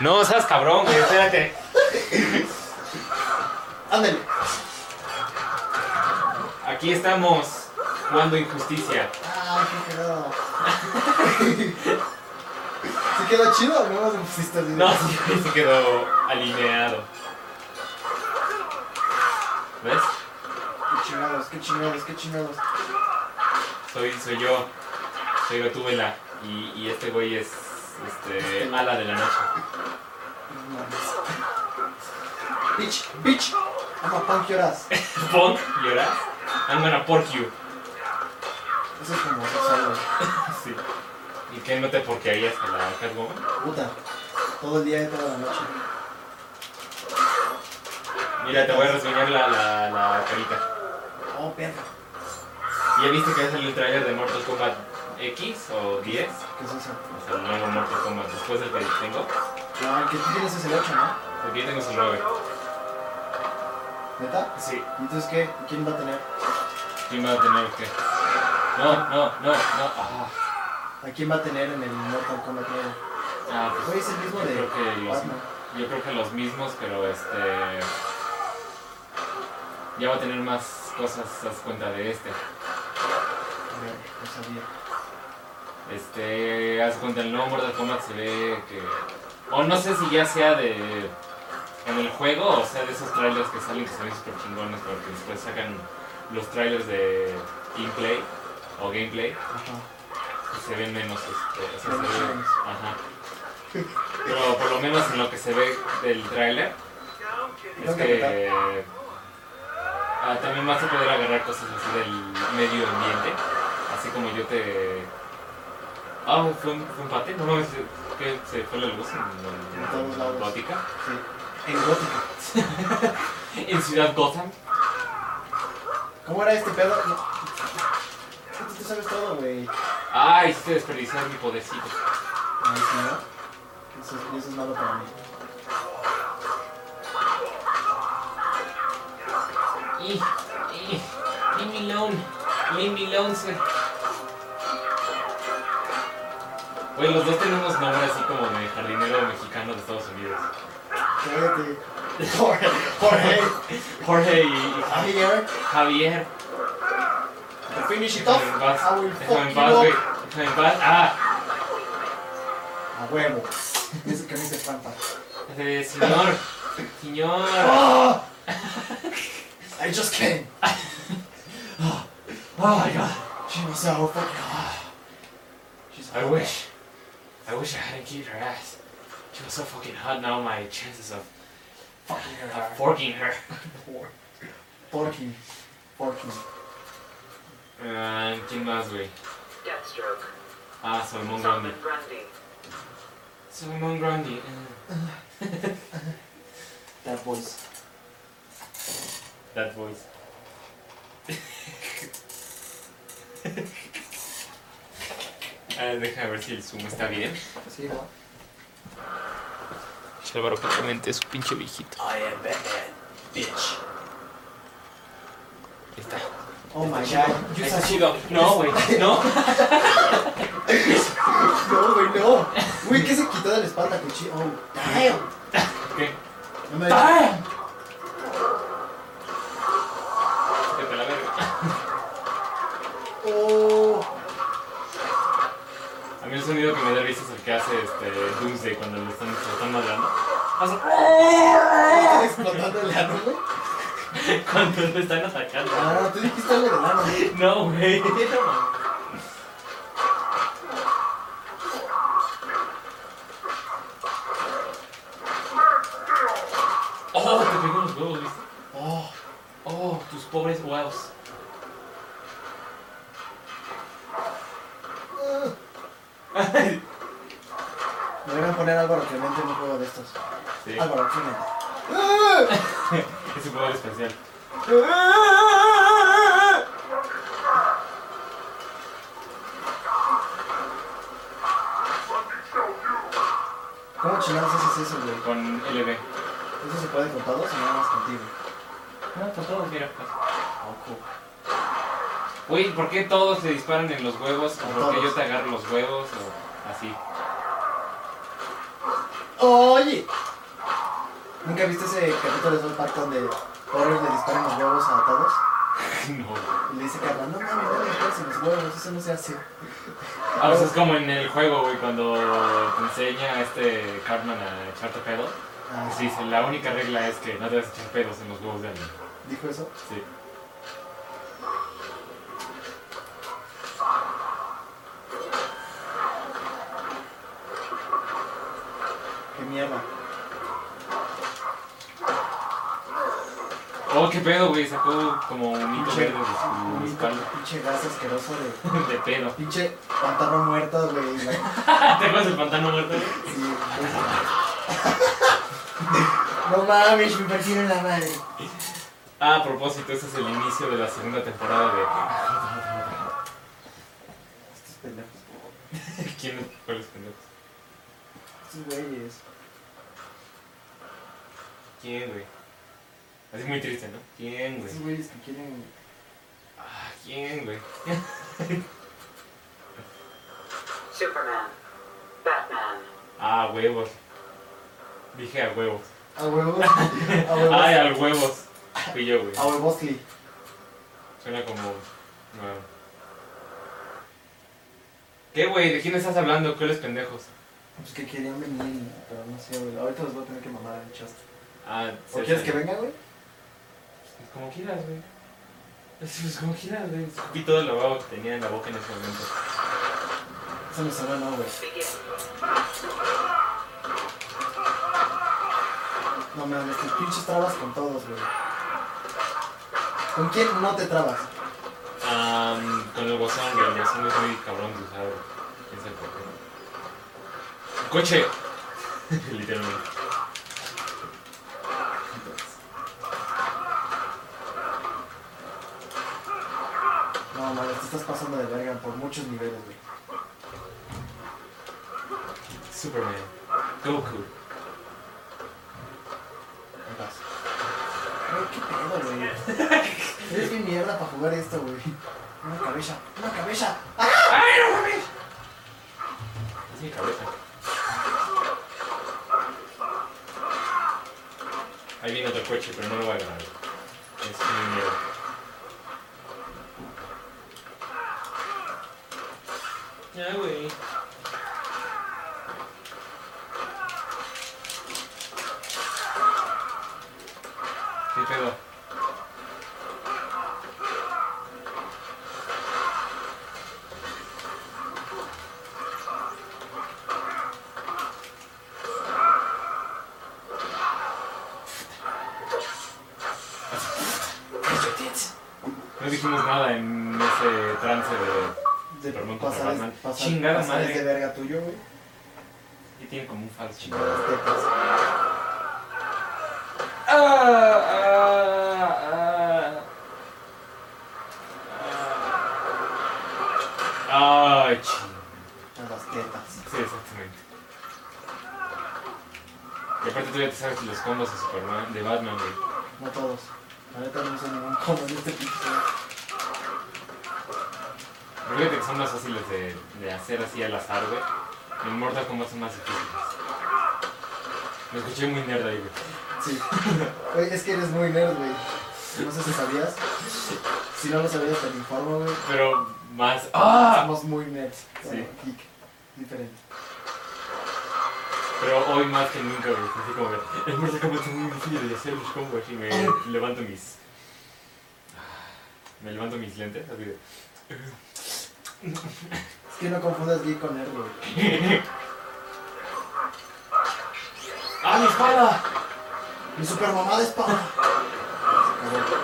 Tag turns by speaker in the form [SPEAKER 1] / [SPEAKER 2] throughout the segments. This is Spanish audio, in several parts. [SPEAKER 1] No, seas cabrón, güey, espérate.
[SPEAKER 2] Ándale.
[SPEAKER 1] Aquí estamos jugando injusticia.
[SPEAKER 2] Ay, qué cagado. ¿Sí quedó chido o no? ¿Se pusiste así?
[SPEAKER 1] No, sí, güey, se quedó alineado. ¿Ves?
[SPEAKER 2] Qué chingados, qué chingados, qué chingados.
[SPEAKER 1] Soy, soy yo. Soy Gatúbela. Y, y este güey es. Este. Ala de la noche.
[SPEAKER 2] No mames. Bitch, bitch. I'm a punk your ass.
[SPEAKER 1] Punk, lloras. I'm gonna pork you.
[SPEAKER 2] Eso es como sexual,
[SPEAKER 1] Sí. ¿Y qué no te porquearías con la Catwoman?
[SPEAKER 2] Puta. Todo el día y toda la noche.
[SPEAKER 1] Mira, te voy a reseñar la, la, la carita.
[SPEAKER 2] Oh, perro.
[SPEAKER 1] ¿Ya viste que es el trailer de Mortal Kombat X o 10?
[SPEAKER 2] ¿Qué es eso?
[SPEAKER 1] O sea, el nuevo Mortal Kombat, después del que tengo.
[SPEAKER 2] No, el que tú tienes es el 8, ¿no?
[SPEAKER 1] Aquí tengo su 9.
[SPEAKER 2] ¿Neta?
[SPEAKER 1] Sí.
[SPEAKER 2] ¿Y entonces qué? ¿Quién va a tener?
[SPEAKER 1] ¿Quién va a tener qué? No, no, no, no. Ah,
[SPEAKER 2] ¿A quién va a tener en el Mortal Kombat nuevo?
[SPEAKER 1] ah, pues,
[SPEAKER 2] Güey, es el mismo
[SPEAKER 1] yo
[SPEAKER 2] de
[SPEAKER 1] creo que los,
[SPEAKER 2] Batman.
[SPEAKER 1] yo creo que los mismos, pero este... Ya va a tener más cosas, haz cuenta de este.
[SPEAKER 2] A ver, no sabía.
[SPEAKER 1] Este, haz cuenta, el nuevo Mortal Kombat se ve que... O no sé si ya sea de... En el juego, o sea, de esos trailers que salen que se ven súper chingones, pero que después sacan los trailers de gameplay o gameplay,
[SPEAKER 2] Ajá.
[SPEAKER 1] que se ven menos... Este, o sea,
[SPEAKER 2] Menos
[SPEAKER 1] se ven-
[SPEAKER 2] chingones.
[SPEAKER 1] ajá. Pero por lo menos en lo que se ve del trailer, es
[SPEAKER 2] Tengo que
[SPEAKER 1] que... ah, también vas a poder agarrar cosas así del medio ambiente, así como yo te... Ah, fue un, fue un pate, no mames, que se fue la luz en, en-
[SPEAKER 2] En todos
[SPEAKER 1] en
[SPEAKER 2] lados.
[SPEAKER 1] Gótica,
[SPEAKER 2] Sí. En gótico.
[SPEAKER 1] en Ciudad Gotham.
[SPEAKER 2] ¿Cómo era este pedo? No. Tú te sabes todo, güey.
[SPEAKER 1] Ay, hiciste desperdiciar mi podercito.
[SPEAKER 2] Ay, sí, ¿no? Eso, es- eso es malo para mí.
[SPEAKER 1] Y, y, leave me alone, leave me alone, sir. Güey, los dos tenemos nombre así como de jardinero mexicano de Estados Unidos.
[SPEAKER 2] Cállate. Jorge. Jorge.
[SPEAKER 1] Jorge y
[SPEAKER 2] I'm here.
[SPEAKER 1] Javier.
[SPEAKER 2] To finish it off.
[SPEAKER 1] Déjame en paz. Déjame en
[SPEAKER 2] I will fuck you
[SPEAKER 1] paz, güey.
[SPEAKER 2] up.
[SPEAKER 1] Déjame en paz. Ah,
[SPEAKER 2] A huevo. Eso que me hice trampa.
[SPEAKER 1] eh, señor. Señor.
[SPEAKER 2] Ah! I just came.
[SPEAKER 1] Oh my god.
[SPEAKER 2] She was so fucking hot. She's
[SPEAKER 1] I wish. I wish I hadn't kicked her ass. She was so fucking hot now my chances of,
[SPEAKER 2] fucking her.
[SPEAKER 1] of forking her.
[SPEAKER 2] Por- Porky. Porky.
[SPEAKER 1] Ah, ¿Quién más, güey?
[SPEAKER 3] Deathstroke.
[SPEAKER 1] Ah, Salmón Grande.
[SPEAKER 3] Solomon
[SPEAKER 1] Salmón
[SPEAKER 3] Grundy.
[SPEAKER 1] Grande.
[SPEAKER 2] That voice.
[SPEAKER 1] That voice. Ah, deja ver si el zoom está bien.
[SPEAKER 2] Sí, ¿no?
[SPEAKER 1] Álvaro claramente es un pinche viejito.
[SPEAKER 2] I am Batman, bitch.
[SPEAKER 1] Ahí está.
[SPEAKER 2] Oh my god.
[SPEAKER 1] Ahí está chido. No, güey. No.
[SPEAKER 2] No, güey, no. Uy, ¿qué se quitó de la espalda, cuchillo? Oh, damn.
[SPEAKER 1] ¿Qué?
[SPEAKER 2] No me
[SPEAKER 1] ¡Damn! Vete a la verga.
[SPEAKER 2] Oh.
[SPEAKER 1] A mí el sonido que me da risa es el que hace este Doomsday cuando lo están, lo están madrando. Hace-
[SPEAKER 2] ¿Está explotando el ano, güey?
[SPEAKER 1] Cuando lo están atacando.
[SPEAKER 2] Ah, no, tú dijiste algo del ano, güey.
[SPEAKER 1] No, güey. Oh, te pegó en los huevos, ¿viste?
[SPEAKER 2] Oh.
[SPEAKER 1] Oh, tus pobres huevos.
[SPEAKER 2] Deberían poner Álvaro Clemente en un juego de estos.
[SPEAKER 1] Sí,
[SPEAKER 2] Álvaro Clemente. Ah.
[SPEAKER 1] es un poder especial.
[SPEAKER 2] Ah. ¿Cómo chingados haces eso, güey?
[SPEAKER 1] Con LB.
[SPEAKER 2] ¿Eso se puede con todos o nada más contigo?
[SPEAKER 1] No, con todos, mira.
[SPEAKER 2] Ojo.
[SPEAKER 1] Güey, ¿por qué todos se disparan en los huevos? ¿O
[SPEAKER 2] A
[SPEAKER 1] por qué
[SPEAKER 2] todos.
[SPEAKER 1] yo te agarro los huevos? O así.
[SPEAKER 2] Oye. ¿Nunca viste ese capítulo de South Park donde Homer le disparan los huevos a todos?
[SPEAKER 1] No.
[SPEAKER 2] Y le dice Carla, no mames, no le dispares en los huevos, eso no se hace.
[SPEAKER 1] Ah, pues es como en el juego, güey, cuando te enseña este Cartman a echarte pedos.
[SPEAKER 2] Ah,
[SPEAKER 1] Sí, dice, la única regla es que no te vas a echar pedos en los huevos de alguien.
[SPEAKER 2] ¿Dijo eso?
[SPEAKER 1] Sí.
[SPEAKER 2] Qué mierda.
[SPEAKER 1] Oh, qué pedo, güey, sacó como un hito
[SPEAKER 2] Pinche, Ah,
[SPEAKER 1] verde de su espalda.
[SPEAKER 2] pinche gas asqueroso de.
[SPEAKER 1] De pedo.
[SPEAKER 2] Pinche pantalón muerto, güey. la-
[SPEAKER 1] ¿Te acuerdas del pantano muerto? güey?
[SPEAKER 2] Sí, güey. No mames, me partieron la madre.
[SPEAKER 1] Ah, a propósito, ese es el inicio de la segunda temporada
[SPEAKER 2] Estos pendejos.
[SPEAKER 1] de... ¿Quién es? ¿Cuáles pendejos?
[SPEAKER 2] Estos güeyes.
[SPEAKER 1] ¿Quién, güey? Así muy triste, ¿no? ¿Quién, güey?
[SPEAKER 2] Estos güeyes que quieren.
[SPEAKER 1] Ah, ¿quién, güey?
[SPEAKER 3] Superman, Batman,
[SPEAKER 1] Ah, huevos. Dije a huevos.
[SPEAKER 2] A huevos. A huevos.
[SPEAKER 1] Ay, al huevos. Fui yo, güey.
[SPEAKER 2] A huevos, Lee.
[SPEAKER 1] Suena como... no. ¿Qué, güey? ¿De quién estás hablando? ¿Cuáles pendejos?
[SPEAKER 2] Pues que querían venir, pero no sé, güey. Ahorita los voy a tener que mamar en chaste.
[SPEAKER 1] Ah,
[SPEAKER 2] ¿O
[SPEAKER 1] Cersei.
[SPEAKER 2] quieres que venga, güey?
[SPEAKER 1] Pues Como quieras, güey. Pues, pues, como quieras, güey. Escupí todo el lavado que tenía en la boca en ese momento.
[SPEAKER 2] Eso me sonó, no, güey.
[SPEAKER 3] begin.
[SPEAKER 2] No mames, te pinches trabas con todos, güey. ¿Con quién no te trabas?
[SPEAKER 1] Am, con el bozón, güey. El bozón es muy cabrón de usar, güey. Quién sabe por qué. ¡Coche! Literalmente.
[SPEAKER 2] No mames, te estás pasando de verga por muchos niveles, güey.
[SPEAKER 1] Superman. Goku.
[SPEAKER 2] En paz. Güey, qué pedo, güey. Eres bien mierda para jugar esto, güey. Una cabeza, una cabeza. Ah,
[SPEAKER 1] Es mi cabeza. Ahí viene otro coche, pero no lo voy a ganar. Es mi miedo. Ya, güey. ¿Qué pedo? No dijimos nada en ese trance de...
[SPEAKER 2] De
[SPEAKER 1] Superman contra
[SPEAKER 2] pasar,
[SPEAKER 1] Batman.
[SPEAKER 2] pasar,
[SPEAKER 1] Chingada
[SPEAKER 2] pasar
[SPEAKER 1] madre.
[SPEAKER 2] de verga tuyo, güey.
[SPEAKER 1] Y tiene como un falso
[SPEAKER 2] Chingadas tecas.
[SPEAKER 1] Ah, ah, ah. Ah, Ay, ching.
[SPEAKER 2] A las tetas.
[SPEAKER 1] Sí, exactamente. Y aparte tú ya te sabes los combos de Superman, de Batman, güey.
[SPEAKER 2] No todos. Ahorita no uso ningún combo en este pinche.
[SPEAKER 1] Pero fíjate que son más fáciles de, de hacer así al azar, güey. En Mortal Kombat son más difíciles. Me escuché muy nerd ahí, güey.
[SPEAKER 2] Sí. Güey, es que eres muy nerd, güey. No sé si sabías. Si no lo sabías, te lo informo, güey.
[SPEAKER 1] Pero más... ¡Ah!
[SPEAKER 2] Somos muy nerds.
[SPEAKER 1] Sí.
[SPEAKER 2] Bueno, geek. Diferente.
[SPEAKER 1] Pero hoy más que nunca, güey. Así como que el Mortal Kombat es muy difícil de hacer los combos y me levanto mis. Me levanto mis lentes, así de.
[SPEAKER 2] Es que no confundas geek con nerd, güey.
[SPEAKER 1] ¡Ah, mi espada!
[SPEAKER 2] Mi super mamá de espada. Se acabó.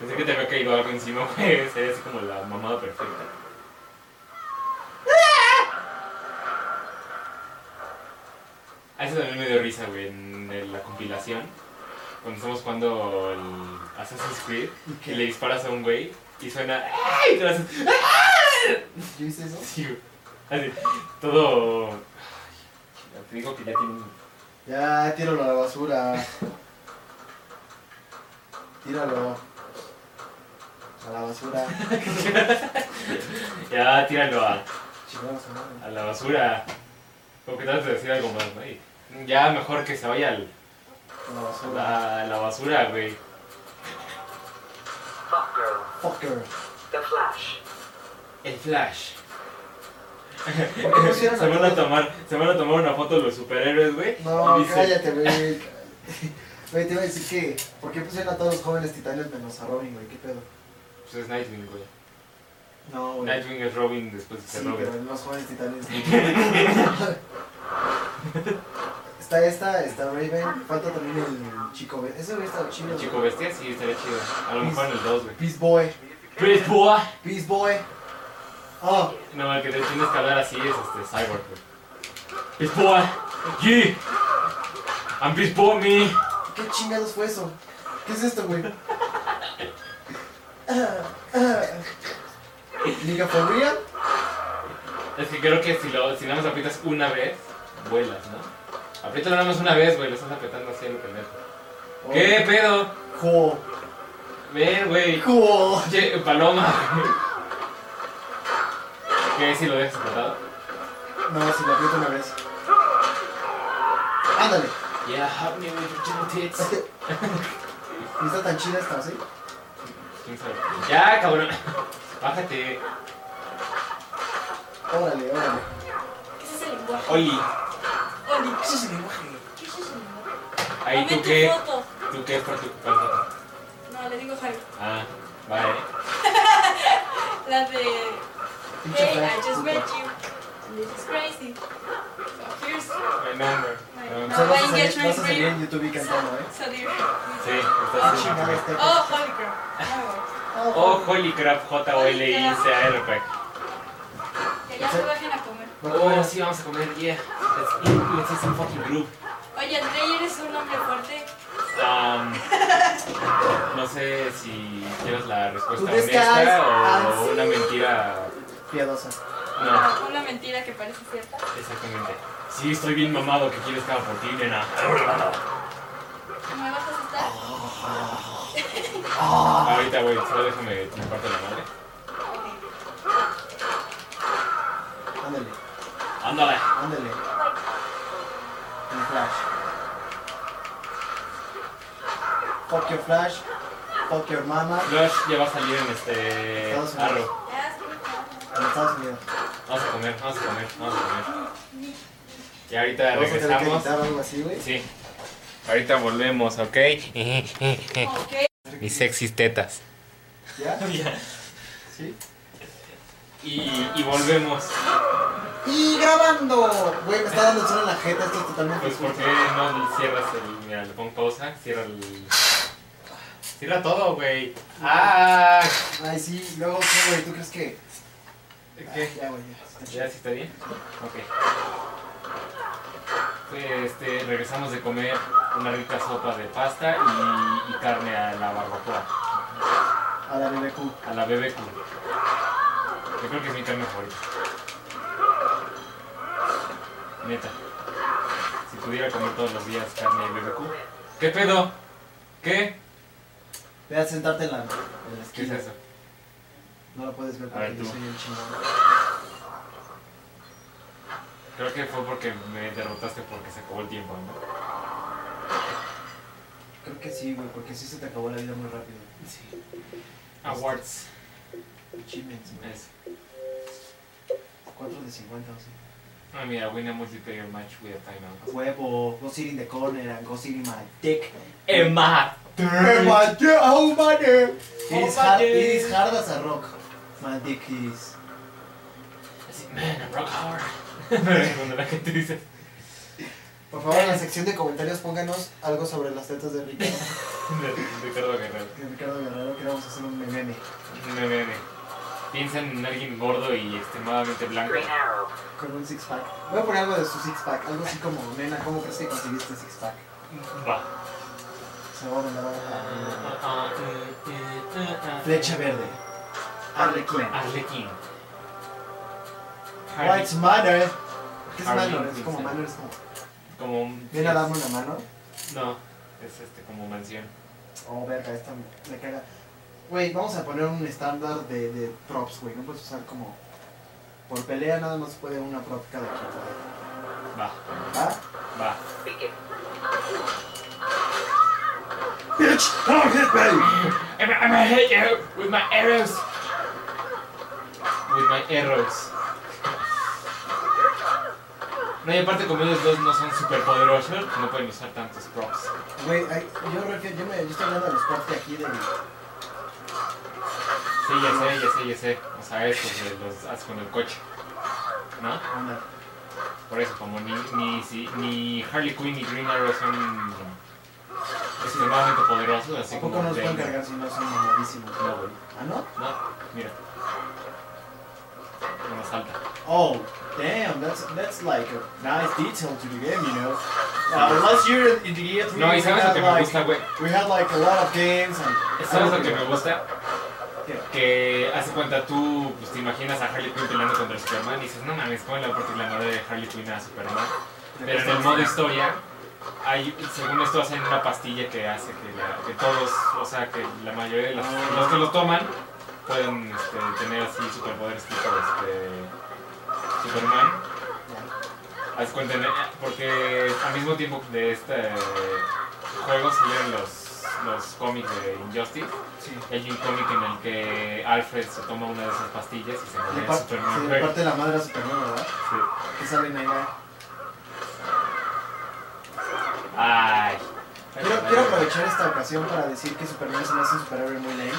[SPEAKER 1] Pensé que te había caído algo encima, güey. Sería así como la mamada perfecta. Ah, eso también me dio risa, güey, en el- la compilación. Cuando estamos jugando el Assassin's Creed
[SPEAKER 2] ¿Y
[SPEAKER 1] y le
[SPEAKER 2] qué?
[SPEAKER 1] disparas a un güey y suena. ¡Ay! Y te haces.
[SPEAKER 2] ¿Yo hice eso?
[SPEAKER 1] Sí, güey. Así, todo. Ay, chinga, Te digo que ya tiene. un-
[SPEAKER 2] Ya, tíralo a la basura. Tíralo. A la basura.
[SPEAKER 1] Ya tíralo a,
[SPEAKER 2] Chingados, madre.
[SPEAKER 1] a la basura. Como que tratas de decir algo más, ¿no? Y ya mejor que se vaya al-
[SPEAKER 2] Con la
[SPEAKER 1] a
[SPEAKER 2] basura.
[SPEAKER 1] la, a la basura, güey.
[SPEAKER 3] Hawk Girl,
[SPEAKER 2] Fucker.
[SPEAKER 3] The Flash,
[SPEAKER 1] El Flash.
[SPEAKER 2] ¿Por qué pusieron
[SPEAKER 1] Se
[SPEAKER 2] a
[SPEAKER 1] van a
[SPEAKER 2] todos?
[SPEAKER 1] tomar, se van a tomar una foto los superhéroes, güey.
[SPEAKER 2] No,
[SPEAKER 1] y dice,
[SPEAKER 2] cállate, güey. Güey, te iba a decir que. ¿Por qué pusieron a todos los jóvenes titanes menos a Robin, güey? ¿Qué pedo?
[SPEAKER 1] Pues es Nightwing, güey.
[SPEAKER 2] No, güey.
[SPEAKER 1] Nightwing es Robin después de ser
[SPEAKER 2] Sí,
[SPEAKER 1] Robin.
[SPEAKER 2] pero los jóvenes titanes. está esta, está Raven. Falta también el chico. be- Ese güey está chido.
[SPEAKER 1] El
[SPEAKER 2] güey.
[SPEAKER 1] chico bestia sí estaría chido. A lo mejor en el 2, güey.
[SPEAKER 2] Peace Boy.
[SPEAKER 1] Chris Boa.
[SPEAKER 2] Peace Boy. Oh,
[SPEAKER 1] No, el que te tienes que hablar así es este Cyborg, güey. Peace boy. Yeah. I'm peace boy, me.
[SPEAKER 2] ¿qué chingados fue eso? ¿Qué es esto, güey? Ah, ah. Liga for real.
[SPEAKER 1] Es que creo que si, lo, si nada más aprietas una vez, vuelas, ¿no? Apriétalo nada más una vez, güey. Lo estás apretando así a lo pendejo.
[SPEAKER 2] Oh,
[SPEAKER 1] ¿Qué pedo?
[SPEAKER 2] Cool.
[SPEAKER 1] Ven, güey.
[SPEAKER 2] Cool.
[SPEAKER 1] Che, paloma. ¿Qué si lo dejas apretado?
[SPEAKER 2] No, si lo aprieto una vez. Ándale.
[SPEAKER 1] Yeah, help me with your gentle tits.
[SPEAKER 2] No está tan chida esta, ¿sí?
[SPEAKER 1] ¿Quién sabe? Ya, cabrón. Bájate.
[SPEAKER 2] Órale, órale.
[SPEAKER 4] ¿Qué es ese lenguaje?
[SPEAKER 1] Oli,
[SPEAKER 4] Oli,
[SPEAKER 2] ¿Qué es ese lenguaje?
[SPEAKER 4] ¿qué es ese lenguaje?
[SPEAKER 1] ahí
[SPEAKER 4] Dame
[SPEAKER 1] tú
[SPEAKER 4] tu
[SPEAKER 1] qué.
[SPEAKER 4] foto.
[SPEAKER 1] ¿Tú qué es para tu papá?
[SPEAKER 4] No, le digo Javi.
[SPEAKER 1] Ah, vale.
[SPEAKER 4] La de
[SPEAKER 2] Pinche
[SPEAKER 4] Hey, I
[SPEAKER 2] flash,
[SPEAKER 4] just
[SPEAKER 2] puta.
[SPEAKER 4] met you. This is crazy. So here's
[SPEAKER 1] My number.
[SPEAKER 4] my,
[SPEAKER 1] No.
[SPEAKER 2] O sea,
[SPEAKER 4] my
[SPEAKER 2] vas a salir, vas a
[SPEAKER 4] engagement
[SPEAKER 2] salir
[SPEAKER 4] ring.
[SPEAKER 2] en YouTube y cantando, ¿eh?
[SPEAKER 1] Sí,
[SPEAKER 4] Salir.
[SPEAKER 2] Ah,
[SPEAKER 1] estás
[SPEAKER 2] chingada
[SPEAKER 1] chingado.
[SPEAKER 2] esta.
[SPEAKER 4] Oh, holy crap. Ah,
[SPEAKER 1] Oh, holy crap, J-O-L-I-C-A-R-P.
[SPEAKER 4] bueno. Que ya se bajen a comer.
[SPEAKER 1] Oh, sí, vamos a comer, yeah. Let's eat, let's eat some fucking group.
[SPEAKER 4] Oye, André, eres un hombre fuerte.
[SPEAKER 1] Um, no sé si quieres la respuesta
[SPEAKER 2] ¿Tú crees que hay-
[SPEAKER 1] honesta
[SPEAKER 2] ah,
[SPEAKER 1] o
[SPEAKER 2] sí?
[SPEAKER 1] una mentira.
[SPEAKER 2] Piadosa.
[SPEAKER 1] No,
[SPEAKER 4] Una mentira que parece cierta.
[SPEAKER 1] exactamente. Sí, estoy bien mamado que quieres que haga por ti, nena.
[SPEAKER 4] ¿Me vas a asustar?
[SPEAKER 1] Oh. Ahorita, güey, solo déjame que me parte la madre.
[SPEAKER 4] Ok.
[SPEAKER 2] Ándale,
[SPEAKER 1] Ándale.
[SPEAKER 2] ándale. El flash. Fuck your flash. Fuck your mama.
[SPEAKER 1] Flash ya va a salir en este.
[SPEAKER 2] Estados Unidos.
[SPEAKER 1] Arrow.
[SPEAKER 4] Ya, escucha.
[SPEAKER 2] En Estados Unidos.
[SPEAKER 1] Vamos a comer, vamos a comer, vamos a comer. Y ahorita
[SPEAKER 2] Vamos a tener que
[SPEAKER 1] regresamos.
[SPEAKER 2] editar algo así, güey.
[SPEAKER 1] Sí. Ahorita volvemos, ¿ok? Eh.
[SPEAKER 4] Ok.
[SPEAKER 1] Mis sexys tetas.
[SPEAKER 2] ¿Ya? ¿Sí?
[SPEAKER 1] Y, y volvemos.
[SPEAKER 2] ¡Y grabando! Güey, me está dando el sol en la jeta, esto es totalmente
[SPEAKER 1] Pues porque
[SPEAKER 2] injusto.
[SPEAKER 1] no cierras el. Mira, le pongo pausa, cierra el. Cierra todo, güey. Ah,
[SPEAKER 2] Ay, sí, luego, ¿qué, güey? ¿Tú crees que...?
[SPEAKER 1] ¿qué?
[SPEAKER 2] Ah, ya, güey, ya. Está chido.
[SPEAKER 1] ¿Ya sí está bien? Ok. Pues, Este, regresamos de comer una rica sopa de pasta y, y carne a la barbacoa,
[SPEAKER 2] A la BBQ.
[SPEAKER 1] a la BBQ. Yo creo que es mi carne favorita. Neta. Si pudiera comer todos los días carne y BBQ. ¿Qué pedo? ¿Qué?
[SPEAKER 2] Ve a sentarte en la, en la
[SPEAKER 1] ¿Qué es
[SPEAKER 2] esquina.
[SPEAKER 1] eso?
[SPEAKER 2] No lo puedes ver
[SPEAKER 1] A ver,
[SPEAKER 2] porque yo
[SPEAKER 1] tú.
[SPEAKER 2] soy el chingón.
[SPEAKER 1] Creo que fue porque me derrotaste porque se acabó el tiempo, ¿no?
[SPEAKER 2] Creo que sí, güey, porque sí se te acabó la vida muy rápido.
[SPEAKER 1] Sí. Awards.
[SPEAKER 2] Achievements, güey.
[SPEAKER 1] Eso.
[SPEAKER 2] 4 de 50, o sea.
[SPEAKER 1] Ah, mira, win a multiplayer match with a timeout.
[SPEAKER 2] Huevo, go sit in the corner and go sit in my dick.
[SPEAKER 1] Emma.
[SPEAKER 2] In my dick, oh my dick. It
[SPEAKER 1] Oh, my
[SPEAKER 2] is hard,
[SPEAKER 1] dick.
[SPEAKER 2] it is hard as a rock. My dick is...
[SPEAKER 1] Man, I'm rock hard. Cuando la gente dice,
[SPEAKER 2] Por favor, en la sección de comentarios pónganos algo sobre las tetas de Ricardo.
[SPEAKER 1] de Ricardo Guerrero.
[SPEAKER 2] De Ricardo Guerrero, que vamos a hacer un meme.
[SPEAKER 1] Me meme. Piensan en alguien gordo y extremadamente blanco.
[SPEAKER 3] Green Arrow,
[SPEAKER 2] Con un six pack. Voy a poner algo de su six pack, algo así como, nena, ¿cómo crees que conseguiste six pack?
[SPEAKER 1] Va.
[SPEAKER 2] Se va a mandar a Flecha verde. Arlequín.
[SPEAKER 1] Arlequín.
[SPEAKER 2] What's matter? ¿Qué es
[SPEAKER 1] Harley
[SPEAKER 2] Manor? Es
[SPEAKER 1] Quinn,
[SPEAKER 2] como
[SPEAKER 1] sí.
[SPEAKER 2] Manor, es como.
[SPEAKER 1] Como un-
[SPEAKER 2] Ven a darme una mano.
[SPEAKER 1] No, es este como mansión.
[SPEAKER 2] Oh, verga, esta me- me caga. Güey, vamos a poner un estándar de, de props, güey. ¿Ah? No puedes usar como. Por pelea nada más puede una prop cada quien. güey.
[SPEAKER 1] Va,
[SPEAKER 2] ¿Va?
[SPEAKER 1] va.
[SPEAKER 3] Begin.
[SPEAKER 2] ¡Bitch! ¡Don't hit me!
[SPEAKER 1] I'm, I'm gonna hit you with my arrows. With my arrows. No, y aparte como ellos dos no son super poderosos, no pueden usar tantos props.
[SPEAKER 2] Güey, ay, yo, refiero, yo, me, yo estoy hablando de los props de aquí de
[SPEAKER 1] Sí, ya sé, ya sé, ya sé. O sea, eso los haces con el coche. ¿No?
[SPEAKER 2] Anda.
[SPEAKER 1] Por eso, como ni, ni, si- ni Harley Quinn ni Green Arrow son extremadamente poderosos, así
[SPEAKER 2] ¿A
[SPEAKER 1] como...
[SPEAKER 2] poco no los pueden
[SPEAKER 1] Blade.
[SPEAKER 2] cargar si no son mamadísimos?
[SPEAKER 1] No, güey.
[SPEAKER 2] ¿Ah, no?
[SPEAKER 1] No, mira. No nos salta.
[SPEAKER 2] Oh, damn, that's, that's like a nice detail to the game, you know? Uh, last year in the year 3
[SPEAKER 1] No,
[SPEAKER 2] we,
[SPEAKER 1] y sabes lo
[SPEAKER 2] had
[SPEAKER 1] que me
[SPEAKER 2] like,
[SPEAKER 1] gusta, güey.
[SPEAKER 2] we had like a lot of games and...
[SPEAKER 1] ¿Sabes lo que me gusta?
[SPEAKER 2] ¿Qué?
[SPEAKER 1] Que hace cuenta tú, pues te imaginas a Harley Quinn peleando contra Superman y dices, no mames, ¿cómo le va a partir la madre de Harley Quinn a Superman? Pero en el modo historia, hay, según esto hacen una pastilla que hace que, la- que todos, o sea, que la mayoría de los, los que lo toman pueden este, tener así superpoderes tipo este, Superman. Haz cuenta, eh, porque al mismo tiempo de este eh, juego salieron los, los cómics de Injustice.
[SPEAKER 2] Sí.
[SPEAKER 1] Hay un cómic en el que Alfred se toma una de esas pastillas y se
[SPEAKER 2] Le
[SPEAKER 1] muere
[SPEAKER 2] par-
[SPEAKER 1] Superman.
[SPEAKER 2] sí, le parte la madre a Superman, ¿verdad?
[SPEAKER 1] Sí.
[SPEAKER 2] Que sale en ahí.
[SPEAKER 1] Ay.
[SPEAKER 2] Quiero, quiero aprovechar esta ocasión para decir que Superman se me hace un superhéroe muy lame.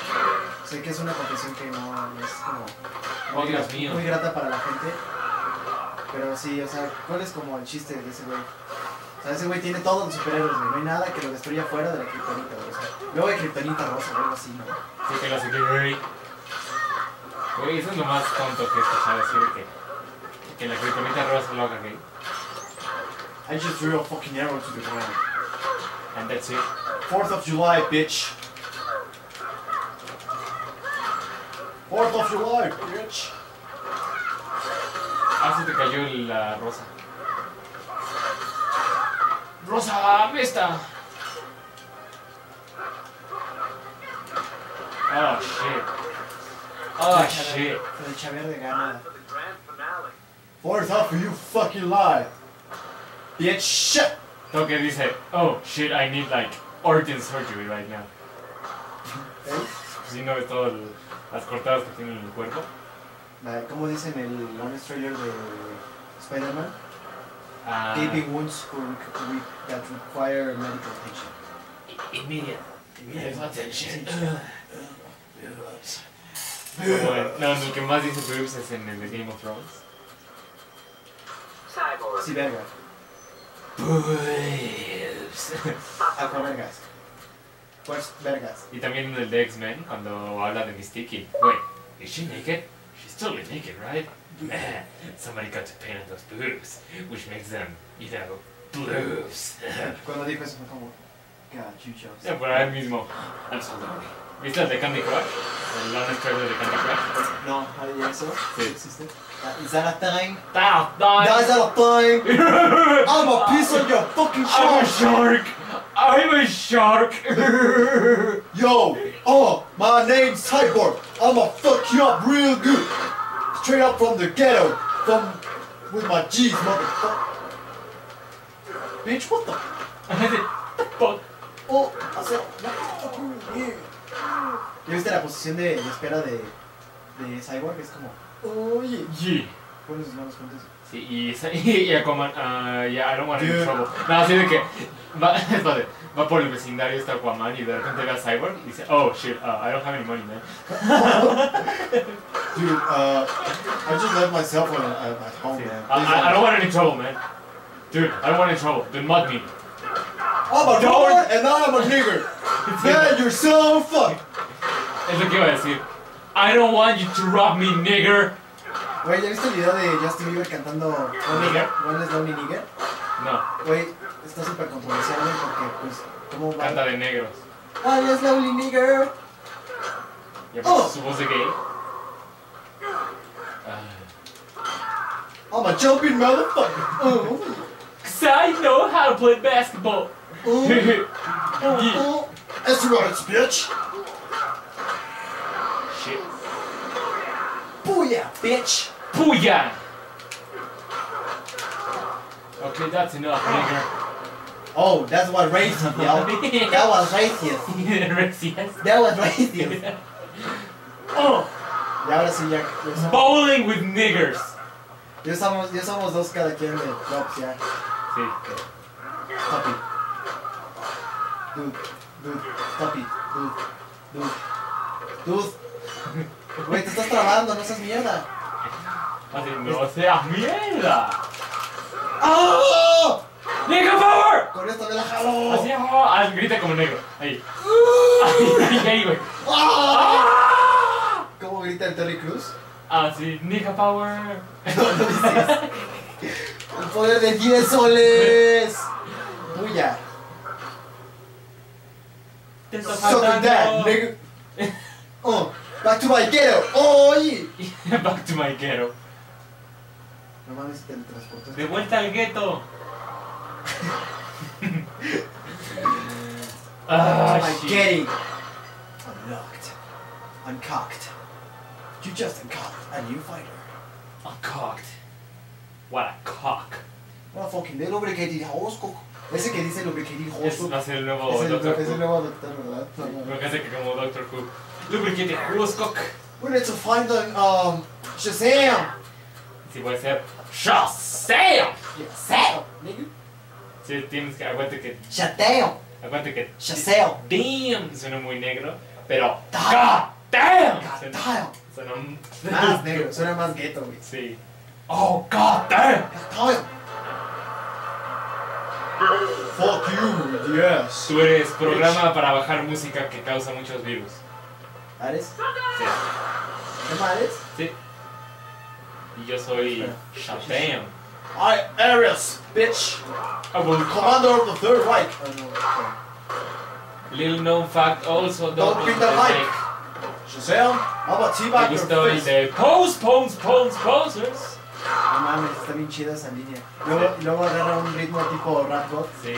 [SPEAKER 2] Sé que es una confesión que no no es como
[SPEAKER 1] Oh, Dios
[SPEAKER 2] gra-
[SPEAKER 1] mío.
[SPEAKER 2] muy grata para la gente. Pero sí, o sea, ¿cuál es como el chiste de ese güey? O sea, ese güey tiene todos los superhéroes, güey. No hay nada que lo destruya fuera de la kriptonita, güey. O sea, luego hay kriptonita rosa o algo así, ¿no?
[SPEAKER 1] Sí, que lo sé que, güey. Güey, eso es lo más tonto que he escuchado decir que, que la criptonita rosa lo haga gay.
[SPEAKER 2] I just threw a fucking arrow to the ground.
[SPEAKER 1] And that's it.
[SPEAKER 2] 4th of July, bitch. 4th of July, bitch.
[SPEAKER 1] Ah, se te cayó la rosa. ¡Rosa, apesta! Oh, shit. Oh, shit.
[SPEAKER 2] Pero el Xavier de gana.
[SPEAKER 5] for the grand finale.
[SPEAKER 2] Fourth up, you fucking lie. Bitch.
[SPEAKER 1] Toque dice, oh, shit, I need, like, organ surgery right now. Si no ves todas las cortadas que tiene en el cuerpo.
[SPEAKER 2] La- ¿Cómo dicen el honest trailer de Spider-Man?
[SPEAKER 1] Ah,
[SPEAKER 2] Gaping wounds for, re- that require medical attention.
[SPEAKER 1] immediate.
[SPEAKER 2] attention.
[SPEAKER 1] Bueno, no, el que más dice boobs es en el de Game of Thrones.
[SPEAKER 3] Cyborg.
[SPEAKER 2] Sí, verga.
[SPEAKER 1] Boobs.
[SPEAKER 2] Aqua vergas. Pues vergas.
[SPEAKER 1] y también en el de X-Men, cuando habla de Mystique. y, Wait, is she naked? She's totally naked, right? Man, somebody got to paint on those boobs, which makes them, you know, boobs.
[SPEAKER 2] Cuando dijo eso fue como... God, you chose.
[SPEAKER 1] Ya por ahí mismo. I'm so lonely. ¿Viste el de Candy Crush? El honest trailer de Candy Crush.
[SPEAKER 2] No, ¿hay eso?
[SPEAKER 1] Sí.
[SPEAKER 2] ¿Existe? Ah, Is that a thing?
[SPEAKER 1] ¡Tá!
[SPEAKER 2] No, is that a thing? I'm a piece of your fucking
[SPEAKER 1] I'm a
[SPEAKER 2] shit.
[SPEAKER 1] shark! I'm a shark!
[SPEAKER 2] Yo, oh, my name's Cyborg. I'ma fuck you up real good. Straight up from the ghetto. From with my G's, motherfucker. Bitch, what the?
[SPEAKER 1] Fuck.
[SPEAKER 2] Oh, I said, motherfucker, yeah. ¿Ya viste la posición de, de espera de, de Cyborg? Es como, oye,
[SPEAKER 1] Yeah.
[SPEAKER 2] pon sus manos juntas.
[SPEAKER 1] Sí, y, esa- y a Coman, ah, ya, I don't want any
[SPEAKER 2] Dude.
[SPEAKER 1] trouble. No, así de que va, espérate, va por el vecindario este Aquaman y de repente ve a Cyborg y dice, oh shit, ah, I don't have any money, man.
[SPEAKER 2] Dude, uh, I just left my cell phone at, at home, man.
[SPEAKER 1] I, I, I don't want any trouble, man. Dude, I don't want any trouble. Don't mug me.
[SPEAKER 2] I'm a dog and I'm a nigger. Man, you're so fucked.
[SPEAKER 1] Es lo que iba a decir. I don't want you to rob me, nigger.
[SPEAKER 2] Güey, ¿ya viste el video de Justin Bieber cantando One
[SPEAKER 1] Nigger.
[SPEAKER 2] is- One is Lonely Nigger?
[SPEAKER 1] No,
[SPEAKER 2] Güey, está súper controversial, güey, porque, pues, ¿cómo va?
[SPEAKER 1] canta de negros.
[SPEAKER 2] One is Lonely Nigger.
[SPEAKER 1] Ya
[SPEAKER 2] Oh.
[SPEAKER 1] pues, su voz de gay. Ah.
[SPEAKER 2] I'm a jumping motherfucker. Uh,
[SPEAKER 1] Cause I know how to play basketball.
[SPEAKER 2] uh,
[SPEAKER 1] Shit.
[SPEAKER 2] uh, uh. That's right, bitch. Booyah, bitch.
[SPEAKER 1] Puya. Okay, that's enough, nigger.
[SPEAKER 2] Oh, that's what racist, yo. that was racist.
[SPEAKER 1] Gracias.
[SPEAKER 2] That was racist.
[SPEAKER 1] oh,
[SPEAKER 2] Y ahora sí, ya. Ya somos,
[SPEAKER 1] bowling with niggers.
[SPEAKER 2] ya somos, ya somos dos cada quien de clubs, ya.
[SPEAKER 1] Sí.
[SPEAKER 2] Stop it. Dude, dude, stop it. Dude, dude, dude. Güey, te estás trabando, no seas mierda.
[SPEAKER 1] Así, no seas mierda.
[SPEAKER 2] ¡Ah!
[SPEAKER 1] ¡Nigger power!
[SPEAKER 2] Con esta me la
[SPEAKER 1] Así,
[SPEAKER 2] jalo.
[SPEAKER 1] oh, ah, grita como negro. Ahí. Ahí, ahí, güey.
[SPEAKER 2] ¡Ah!
[SPEAKER 1] Ah,
[SPEAKER 2] ¿Cómo grita el Terry Cruz?
[SPEAKER 1] Así, nigger power.
[SPEAKER 2] No lo dices. El poder de 10 soles. Bulla.
[SPEAKER 1] Te está
[SPEAKER 2] Suck on that,
[SPEAKER 1] faltando.
[SPEAKER 2] nigga. Oh, back to my ghetto. Oye.
[SPEAKER 1] Back to my ghetto.
[SPEAKER 2] No mames, te transportó.
[SPEAKER 1] De vuelta al ghetto. ah,
[SPEAKER 2] I'm
[SPEAKER 1] shit.
[SPEAKER 2] getting unlocked, uncocked. You just uncocked a new fighter.
[SPEAKER 1] A cocked. What a cock.
[SPEAKER 2] What a fucking they lubricated horse cook. Ese que dice lubricated horse
[SPEAKER 1] Es,
[SPEAKER 2] cook.
[SPEAKER 1] va a ser el nuevo
[SPEAKER 2] Es el,
[SPEAKER 1] Doctor
[SPEAKER 2] es el
[SPEAKER 1] Who.
[SPEAKER 2] nuevo doctor, ¿verdad? No, no, no.
[SPEAKER 1] Creo que hace que como Doctor Who. Lubricate Horoscock.
[SPEAKER 2] We need to find an, um, Shazam!
[SPEAKER 1] Si puede ser. ¡Shazam!
[SPEAKER 2] Shazam! Nigga.
[SPEAKER 1] Si tienes que. Aguante que.
[SPEAKER 2] Shazam!
[SPEAKER 1] Aguante que.
[SPEAKER 2] Shazam!
[SPEAKER 1] Damn! Suena muy negro. Pero.
[SPEAKER 2] Damn.
[SPEAKER 1] God damn!
[SPEAKER 2] God
[SPEAKER 1] Suena.
[SPEAKER 2] damn!
[SPEAKER 1] suena
[SPEAKER 2] Más negro, suena más ghetto, güey.
[SPEAKER 1] Sí. Oh, god damn!
[SPEAKER 2] God damn! Fuck you, yes!
[SPEAKER 1] Tú eres programa para bajar música que causa muchos virus.
[SPEAKER 2] ¿Ares?
[SPEAKER 1] Sí.
[SPEAKER 2] ¿Qué más Ares?
[SPEAKER 1] Sí. Y yo soy Shazam.
[SPEAKER 2] I, Ares, bitch!
[SPEAKER 1] I will call-
[SPEAKER 2] Commander of the Third Reich. Oh,
[SPEAKER 1] Little known fact also
[SPEAKER 2] Don't
[SPEAKER 1] don't
[SPEAKER 2] beat the mic.
[SPEAKER 1] mistake.
[SPEAKER 2] no. Shazam, I'm a
[SPEAKER 1] Me
[SPEAKER 2] teabag
[SPEAKER 1] gustó
[SPEAKER 2] your
[SPEAKER 1] el
[SPEAKER 2] face.
[SPEAKER 1] de Pose, Pose, Pose, Posers.
[SPEAKER 2] No mames, está bien chida esa línea. Luego, luego agarra un ritmo tipo rap god.
[SPEAKER 1] Sí.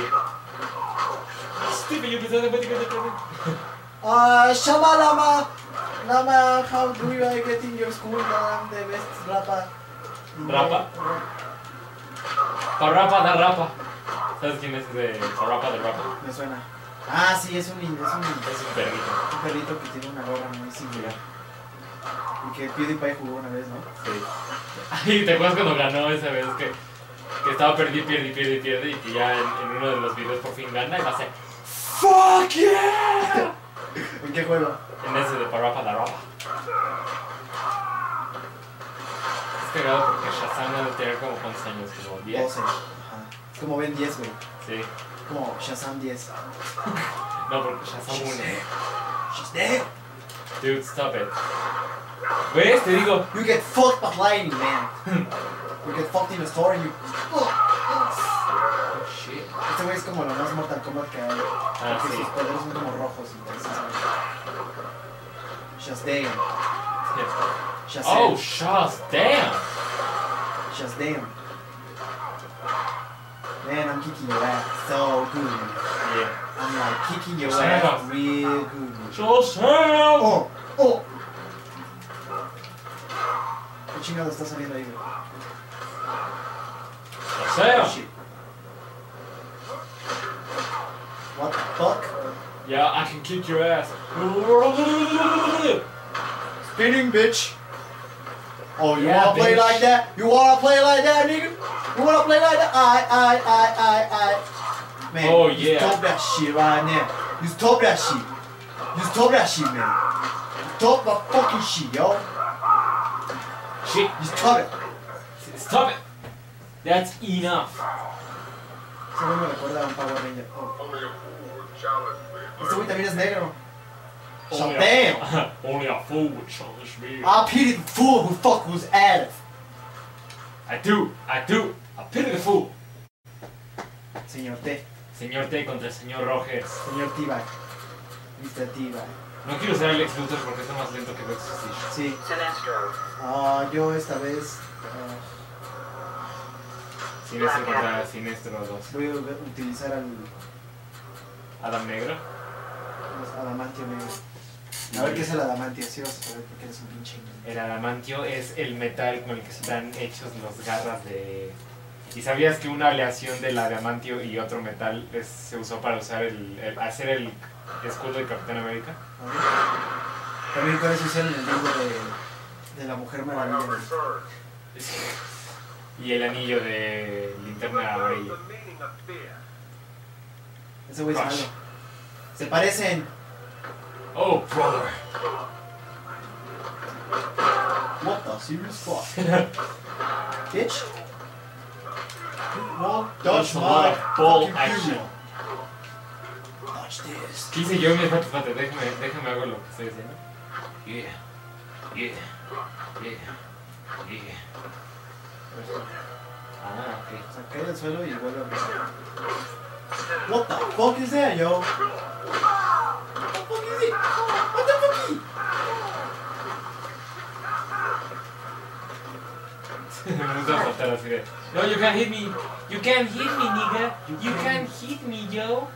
[SPEAKER 1] Steve, yo pensaba que podía cantar también.
[SPEAKER 2] Ah, Shama Lama, Lama, how do you like it in your school? I'm the best rapper.
[SPEAKER 1] Rapa? Parrapa da rapa. ¿Sabes quién es de Parrapa da rapa?
[SPEAKER 2] Me suena. Ah, sí, es un, in- es un,
[SPEAKER 1] Es un perrito.
[SPEAKER 2] un perrito que tiene una gorra muy singular. Y que PewDiePie jugó una vez, ¿no?
[SPEAKER 1] Sí. Ay, ¿te acuerdas cuando ganó esa vez que, que estaba perdi, pierde, pierde, pierde y que ya en, en uno de los videos por fin gana y va a ser ¡Fuck yeah!
[SPEAKER 2] ¿En qué juego?
[SPEAKER 1] En ese de Parapa da Rapa. Es cagado porque Shazam debe tener como cuántos años, como 10.
[SPEAKER 2] 12. Ajá. Es como Ben 10, güey.
[SPEAKER 1] Sí.
[SPEAKER 2] Como Shazam 10.
[SPEAKER 1] No, porque Shazam 1.
[SPEAKER 2] Shazam.
[SPEAKER 1] Dude, stop it. ¿Ves? Te digo.
[SPEAKER 2] You get fucked by lightning, man. you get fucked in a store and you.
[SPEAKER 1] Oh, shit.
[SPEAKER 2] Este güey es como lo más Mortal Kombat que hay.
[SPEAKER 1] Ah,
[SPEAKER 2] porque
[SPEAKER 1] sí.
[SPEAKER 2] sus poderes son como rojos, entonces. Shazam.
[SPEAKER 1] Yeah. Oh,
[SPEAKER 2] Shazam.
[SPEAKER 1] Shaz, damn.
[SPEAKER 2] Shazam. Man, I'm kicking your ass so good.
[SPEAKER 1] Yeah.
[SPEAKER 2] I'm like kicking your
[SPEAKER 1] Shazam.
[SPEAKER 2] ass real good.
[SPEAKER 1] Shazam.
[SPEAKER 2] Oh, oh. ¿Qué chingado está saliendo ahí, güey?
[SPEAKER 1] Shazam.
[SPEAKER 2] Shit. What the fuck?
[SPEAKER 1] Yeah, I can kick your ass.
[SPEAKER 2] Spinning, bitch. Oh, you
[SPEAKER 1] Yeah,
[SPEAKER 2] wanna play
[SPEAKER 1] bitch.
[SPEAKER 2] like that? You wanna play like that, nigga? You wanna play like that? I, I, I, I, I. Man,
[SPEAKER 1] Oh,
[SPEAKER 2] you
[SPEAKER 1] yeah.
[SPEAKER 2] stop that shit right now. You stop that shit. You stop that shit, man. You stop my fucking shit, yo.
[SPEAKER 1] Shit.
[SPEAKER 2] You stop it.
[SPEAKER 1] Stop it. That's enough.
[SPEAKER 2] Ese güey me recuerda a un Power Ranger. Oh.
[SPEAKER 5] Only a fool would challenge me.
[SPEAKER 2] Este güey también es negro.
[SPEAKER 1] Only
[SPEAKER 2] Shazam!
[SPEAKER 1] a, only a fool would challenge me.
[SPEAKER 2] I pity the fool who fuck who's Adam.
[SPEAKER 1] I do, I do. I pity the fool.
[SPEAKER 2] Señor T.
[SPEAKER 1] Señor T contra el señor Rogers.
[SPEAKER 2] Señor T-Bag. Mr. T-Bag.
[SPEAKER 1] No quiero usar el Lex Luthor porque está más lento que Lex Luthor.
[SPEAKER 2] Sí.
[SPEAKER 3] Sinestro.
[SPEAKER 2] Ah, yo esta vez ah,
[SPEAKER 1] Siniestro contra este Siniestro 2.
[SPEAKER 2] voy a utilizar al,
[SPEAKER 1] Adam Negro.
[SPEAKER 2] al adamantio negro. A ver qué es el adamantio, sí vas a saber porque eres un pinche.
[SPEAKER 1] El adamantio es el metal con el que están hechos las garras de
[SPEAKER 6] ¿Y sabías que una aleación de adamantio y otro metal es- se usó para usar el, el- hacer el escudo de Capitán América?
[SPEAKER 2] También parece ser en el libro de, de la mujer
[SPEAKER 7] Final
[SPEAKER 2] maravilla.
[SPEAKER 7] return.
[SPEAKER 6] Y el anillo de linterna
[SPEAKER 7] What is
[SPEAKER 6] amarilla.
[SPEAKER 7] the meaning of fear?
[SPEAKER 2] Ese güey es
[SPEAKER 6] Gosh.
[SPEAKER 2] malo. Se parecen.
[SPEAKER 6] Oh, brother.
[SPEAKER 1] What the serious fuck?
[SPEAKER 2] Bitch.
[SPEAKER 1] Well,
[SPEAKER 6] That's
[SPEAKER 1] dodge
[SPEAKER 6] a
[SPEAKER 1] my
[SPEAKER 6] lot of ball
[SPEAKER 1] fucking
[SPEAKER 6] action.
[SPEAKER 1] funeral.
[SPEAKER 2] Watch this.
[SPEAKER 6] ¿Qué hice yo? Mira, espérate, espérate, déjame, déjame hago lo que estoy haciendo. Yeah, yeah, yeah, yeah. Ah, ok.
[SPEAKER 2] O sea, cae al suelo y vuelve a empezar.
[SPEAKER 1] What the fuck is that, yo?
[SPEAKER 6] Me gusta saltar así de. No, you can't hit me. You can't hit me, nigga. You can't hit me, yo.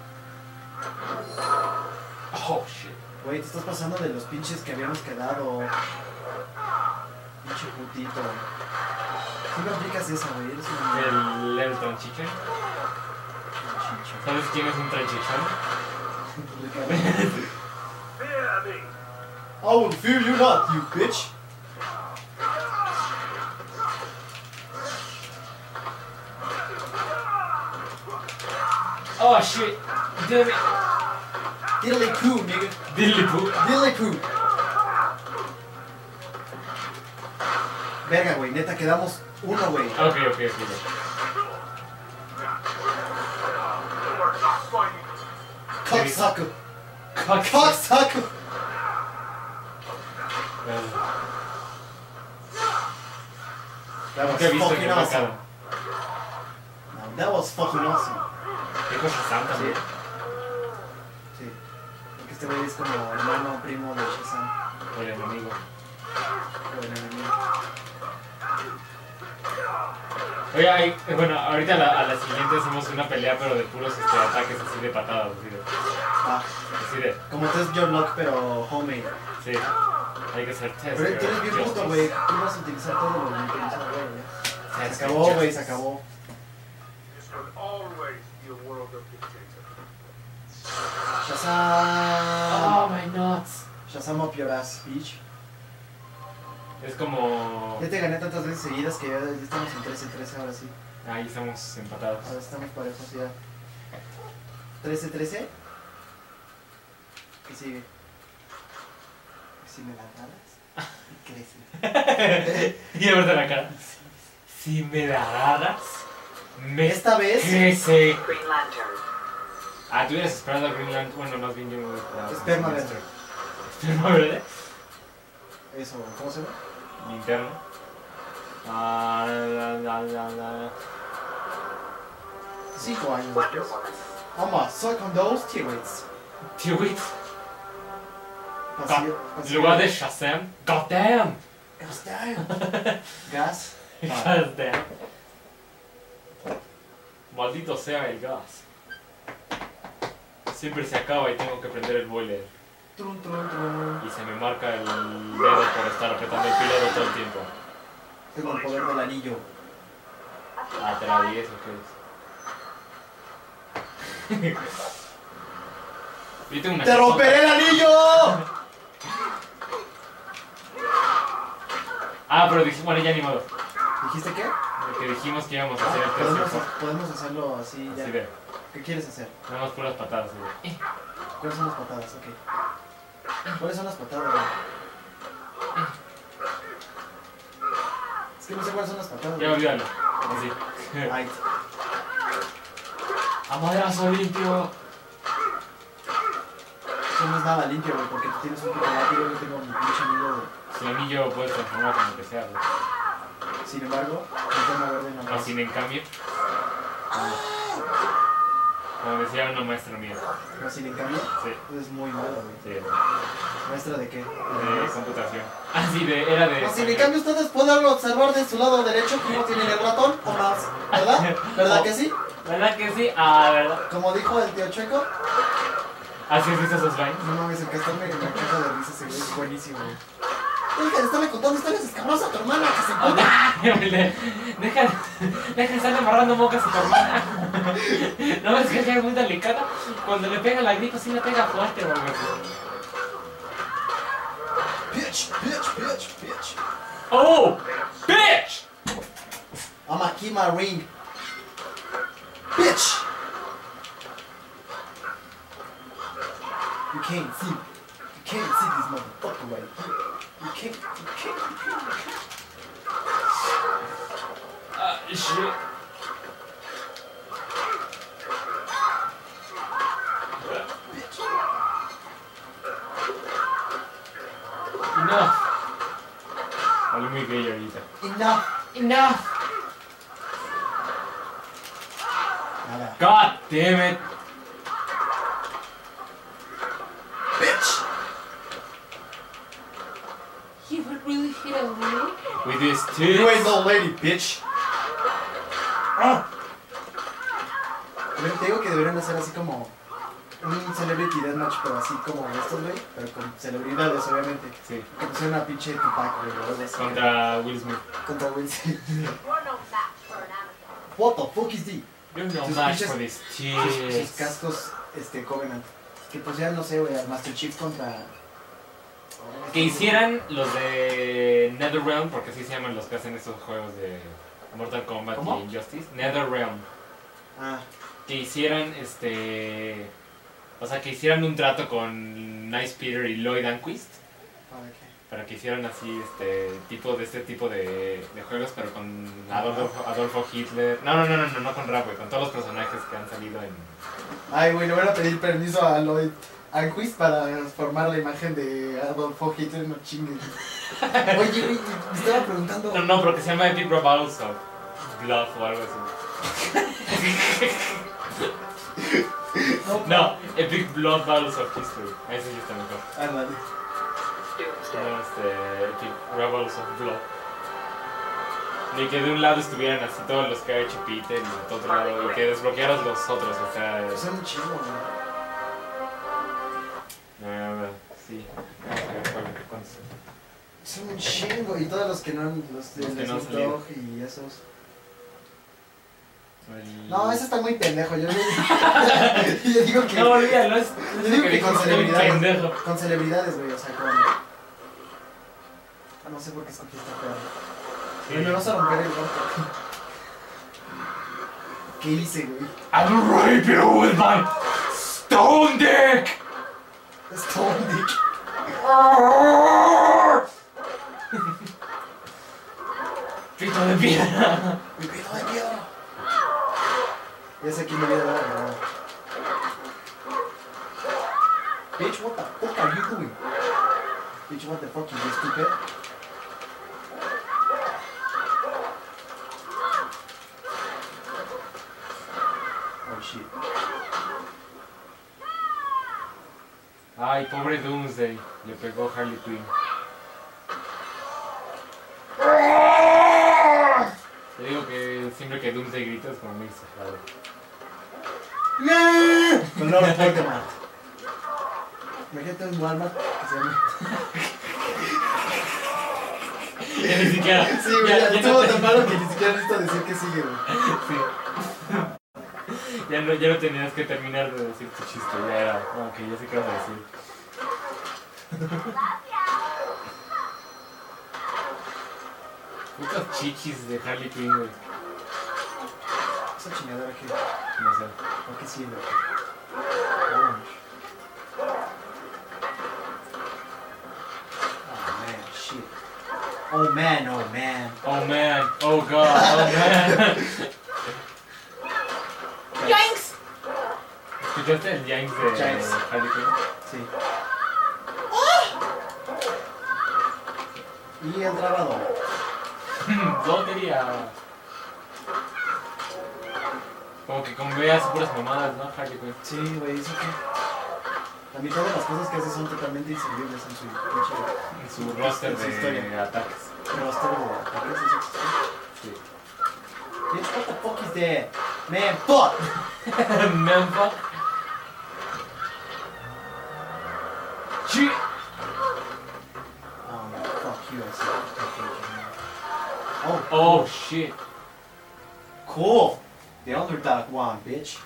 [SPEAKER 6] Oh, shit.
[SPEAKER 2] Güey, te estás pasando de los pinches que habíamos quedado. Pinche putito. Si no aplicas esa, güey, eres una
[SPEAKER 6] El, el tranchichón.
[SPEAKER 2] chicha.
[SPEAKER 6] ¿Sabes quién es un tranchichón?
[SPEAKER 7] Fear me.
[SPEAKER 1] I will fear you not, you bitch.
[SPEAKER 6] Oh, shit. Damn it.
[SPEAKER 1] Diddly coo, nigga.
[SPEAKER 6] Diddly poo.
[SPEAKER 1] Diddly coo.
[SPEAKER 2] Verga, güey, neta, quedamos uno, güey.
[SPEAKER 6] Ah, Ok, ok, ok.
[SPEAKER 7] You are not fighting.
[SPEAKER 1] Cocksucker.
[SPEAKER 6] Cock.
[SPEAKER 1] Cocksucker.
[SPEAKER 6] Ah,
[SPEAKER 2] That
[SPEAKER 6] Nunca he
[SPEAKER 2] was
[SPEAKER 6] visto que
[SPEAKER 2] fucking
[SPEAKER 6] me
[SPEAKER 2] awesome.
[SPEAKER 6] sacaron.
[SPEAKER 2] No, that was fucking awesome.
[SPEAKER 6] Qué cosa santa,
[SPEAKER 2] Sí.
[SPEAKER 6] güey.
[SPEAKER 2] Sí. Porque este güey es como hermano, primo de Shazam.
[SPEAKER 6] Por el enemigo.
[SPEAKER 2] O el enemigo.
[SPEAKER 6] Oye, ahí- bueno, ahorita a la, a la siguiente hacemos una pelea, pero de puros este, ataques así de patadas. Así de.
[SPEAKER 2] Ah,
[SPEAKER 6] Así de.
[SPEAKER 2] como tú eres John Locke, pero homemade.
[SPEAKER 6] Sí. Hay que hacer test.
[SPEAKER 2] Pero tú eres bien
[SPEAKER 6] Justice.
[SPEAKER 2] puto, güey. Tú vas a utilizar todo lo que utilizas, güey.
[SPEAKER 6] Test
[SPEAKER 2] Se acabó, güey,
[SPEAKER 6] justice.
[SPEAKER 2] se acabó.
[SPEAKER 7] This will always be a world of dictator.
[SPEAKER 1] Oh, Ah.
[SPEAKER 2] Shazam.
[SPEAKER 6] my nuts.
[SPEAKER 2] Shazam up your ass, bitch.
[SPEAKER 6] Es como.
[SPEAKER 2] Ya te gané tantas veces seguidas que ya ya estamos en 13 13 ahora sí.
[SPEAKER 6] Ahí estamos empatados.
[SPEAKER 2] Ahora estamos parejos ya. 13 13. ¿Qué sigue? Si me la ganas, crece.
[SPEAKER 6] y ahorita la cara. Si me la agarras, me
[SPEAKER 2] Esta vez
[SPEAKER 6] crece.
[SPEAKER 3] Green Lantern.
[SPEAKER 6] Ah, tú hubieras esperado a Green Lantern. Bueno, más bien yo no esperaba.
[SPEAKER 2] Esperma verde.
[SPEAKER 6] Esperma verde.
[SPEAKER 2] Eso, ¿cómo se llama?
[SPEAKER 6] Linterna. Ah, la, la, la, la.
[SPEAKER 2] 5 años.
[SPEAKER 3] Wonder
[SPEAKER 2] después.
[SPEAKER 3] Woman.
[SPEAKER 1] I'ma suck on those T-Rates.
[SPEAKER 6] Tío, güey.
[SPEAKER 2] Pasillo-
[SPEAKER 6] Ah, En
[SPEAKER 2] pasillo-
[SPEAKER 6] lugar de Shazam. Goddamn.
[SPEAKER 2] Gas time. este, Gas. Ah,
[SPEAKER 6] Goddamn. Maldito sea el gas. Siempre se acaba y tengo que prender el boiler.
[SPEAKER 2] Trun, trun, trun.
[SPEAKER 6] Y se me marca el dedo por estar apretando el piloto todo el tiempo.
[SPEAKER 2] Tengo el poder del anillo.
[SPEAKER 6] Atravieso, ¿qué es? Yo tengo una
[SPEAKER 1] ¡Te romperé el anillo!
[SPEAKER 6] Ah, pero dijimos, bueno, ya ni modo.
[SPEAKER 2] ¿Dijiste qué?
[SPEAKER 6] Que dijimos que íbamos a hacer
[SPEAKER 2] Ah,
[SPEAKER 6] el tercer
[SPEAKER 2] podemos, podemos hacerlo así ya.
[SPEAKER 6] Así de,
[SPEAKER 2] ¿Qué quieres hacer?
[SPEAKER 6] nada más puras patadas. así de, eh,
[SPEAKER 2] ¿Cuáles son las patadas? Ok. ¿Cuáles son las patadas? güey? Es que no sé cuáles son las patadas.
[SPEAKER 6] Ya
[SPEAKER 2] güey.
[SPEAKER 6] olvídalo. Así.
[SPEAKER 2] Ay,
[SPEAKER 6] A madrazo limpio.
[SPEAKER 2] eso no es nada limpio, güey, porque tú tienes un poco de látigo, yo tengo mi pinche anillo. güey.
[SPEAKER 6] Si el anillo puedes transformar como que sea. güey.
[SPEAKER 2] Sin embargo, no tengo verde nada
[SPEAKER 6] O
[SPEAKER 2] más.
[SPEAKER 6] sin en cambio. Como decía una maestra mía.
[SPEAKER 2] No, sin en cambio,
[SPEAKER 6] Sí,
[SPEAKER 2] eso es muy malo, güey.
[SPEAKER 6] sí. De
[SPEAKER 2] ¿Maestra de qué? ¿De
[SPEAKER 6] computación. Ah, sí, de, era de.
[SPEAKER 1] No, sin en cambio ustedes pueden observar de su lado derecho cómo tienen el ratón o más, ¿verdad? ¿Verdad que sí?
[SPEAKER 6] ¿Verdad que sí? Ah, ¿verdad?
[SPEAKER 1] Como dijo el tío Checo,
[SPEAKER 6] ¿Así Ah, has visto esos vines?
[SPEAKER 2] No mames, el castor me, me caga de risa, ese güey es buenísimo, güey.
[SPEAKER 8] Deja de estarle contando historias escabrosas a tu hermana que se
[SPEAKER 6] Ah,
[SPEAKER 8] emputa.
[SPEAKER 6] deja, Emile, deja, deja de estarle amarrando bocas a tu hermana. No ves que ella es muy delicada. Cuando le pega la gripa, sí le pega fuerte, güey.
[SPEAKER 1] Bitch, bitch, bitch, bitch.
[SPEAKER 6] ¡Oh! ¡Bitch!
[SPEAKER 1] I'ma keep my ring. Bitch!
[SPEAKER 2] You can't see. You can't see this motherfucker right here. You can't. You can't. You can't.
[SPEAKER 6] Ah, shit. Enough. Hablé muy gay ahorita.
[SPEAKER 1] Enough!
[SPEAKER 6] Enough.
[SPEAKER 1] Nada.
[SPEAKER 6] God damn it.
[SPEAKER 1] Bitch!
[SPEAKER 4] You would really hit a lady?
[SPEAKER 6] With this
[SPEAKER 1] You
[SPEAKER 6] too.
[SPEAKER 1] ain't no lady, bitch.
[SPEAKER 6] Ah.
[SPEAKER 2] Pero te digo que deberían hacer así como un celebrity deathmatch, pero así como estos, güey, pero con celebridades, obviamente.
[SPEAKER 6] Sí.
[SPEAKER 2] Que pusieron a pinche Tupac, güey, o algo así.
[SPEAKER 6] Contra Will Smith.
[SPEAKER 2] Contra Will Smith.
[SPEAKER 1] What the fuck is this?
[SPEAKER 6] You're no
[SPEAKER 2] Sus
[SPEAKER 6] match
[SPEAKER 2] pinches-
[SPEAKER 6] for this
[SPEAKER 2] Sus- Sus
[SPEAKER 6] cheese.
[SPEAKER 2] cascos, este, Covenant. Que pusieran, no sé, güey, a Master Chief contra... Este,
[SPEAKER 6] Que hicieran los de NetherRealm, porque así se llaman los que hacen esos juegos de Mortal Kombat
[SPEAKER 2] ¿Cómo?
[SPEAKER 6] y Injustice. NetherRealm.
[SPEAKER 2] Ah,
[SPEAKER 6] que hicieran este o sea que hicieran un trato con Nice Peter y Lloyd Anquist
[SPEAKER 2] para que...
[SPEAKER 6] para que hicieran así este tipo de este tipo de, de juegos pero con Adolfo, Adolfo Hitler no no no no no no con Rap güey, con todos los personajes que han salido en
[SPEAKER 2] Ay, güey, le van a pedir permiso a Lloyd Anquist para formar la imagen de Adolfo Hitler, no chingues. Oye, güey, me estaba preguntando...
[SPEAKER 6] no no pero que se llama Epic Rap Battles of Bluff o algo así no Epic Blood Battles of History ese sí está mejor
[SPEAKER 2] Ándale.
[SPEAKER 3] Doomsday.
[SPEAKER 6] No, este, Epic Rebels of Blood. Ni que de un lado estuvieran así todos los que ha hecho Peter y de otro lado, y que desbloquearas los otros, o sea.
[SPEAKER 2] Pues era un chingo, güey.
[SPEAKER 6] Nada, sí. Vamos a ver cuál- cuántos.
[SPEAKER 2] Son un chingo. Y todos los que no han. Los de
[SPEAKER 6] Los que no han
[SPEAKER 2] Snoop
[SPEAKER 6] salido.
[SPEAKER 2] Dogg y esos.
[SPEAKER 6] El-
[SPEAKER 2] No, ese está muy pendejo. Yo, yo- yo digo que.
[SPEAKER 6] No, olvídalo, es.
[SPEAKER 2] yo digo que con celebridades.
[SPEAKER 6] pendejo.
[SPEAKER 2] Con celebridades, güey. O sea, con. Ah, No sé por qué escogí esta perra.
[SPEAKER 6] Sí.
[SPEAKER 2] Me vas a romper el gorro. ¿Qué hice, güey?
[SPEAKER 6] I'll rape you with my stone dick!
[SPEAKER 2] Stone Dick.
[SPEAKER 6] Grito de piedra.
[SPEAKER 2] Mi pito de miedo. Ya sé quién me hubiera dado la verdad. Bitch, what the fuck are you doing? Bitch, what the fuck you stupid? Oh shit.
[SPEAKER 6] Ay, pobre Doomsday. Le pegó Harley Quinn. Te digo que siempre que Doomsday grita es como muy exagerado.
[SPEAKER 2] Con Lord Voldemort. Imagínate un Walmart que se llama.
[SPEAKER 6] Ya ni siquiera.
[SPEAKER 2] Sí, güey,
[SPEAKER 6] ya-
[SPEAKER 2] ya,
[SPEAKER 6] ya
[SPEAKER 2] estuvo
[SPEAKER 6] no
[SPEAKER 2] tan
[SPEAKER 6] te-
[SPEAKER 2] malo que ni siquiera necesito decir que sigue, güey.
[SPEAKER 6] sí. Ya no, ya no tenías que terminar de decir tu chiste, ya era. Aunque ya sé qué vas a decir. Putas chichis de Harley Quinn, güey.
[SPEAKER 2] Esa chingadera que.
[SPEAKER 6] No sé.
[SPEAKER 2] ¿Por qué sirve? Ah, Oh man, shit. Oh man, oh man.
[SPEAKER 6] Oh man, oh god, oh man.
[SPEAKER 4] Yanks!
[SPEAKER 6] ¿Escuchaste este el James de
[SPEAKER 2] Yanks.
[SPEAKER 6] Harley Quinn?
[SPEAKER 2] Sí. Y el grabador.
[SPEAKER 6] Lotería. Como que con veas puras mamadas, ¿no? Harley Quinn.
[SPEAKER 2] Sí, güey, eso que. La mitad de las cosas que hace son totalmente inservibles en su pinche
[SPEAKER 6] En su roster
[SPEAKER 2] En su
[SPEAKER 6] de
[SPEAKER 2] historia.
[SPEAKER 6] ataques.
[SPEAKER 2] roster de ataques. eso existe.
[SPEAKER 6] Sí.
[SPEAKER 2] Bitch, what the fuck is that? Man, fuck!
[SPEAKER 6] Memphis. Sí.
[SPEAKER 2] Oh man, fuck
[SPEAKER 6] Oh shit.
[SPEAKER 9] Cool. The Elder Dog won, bitch.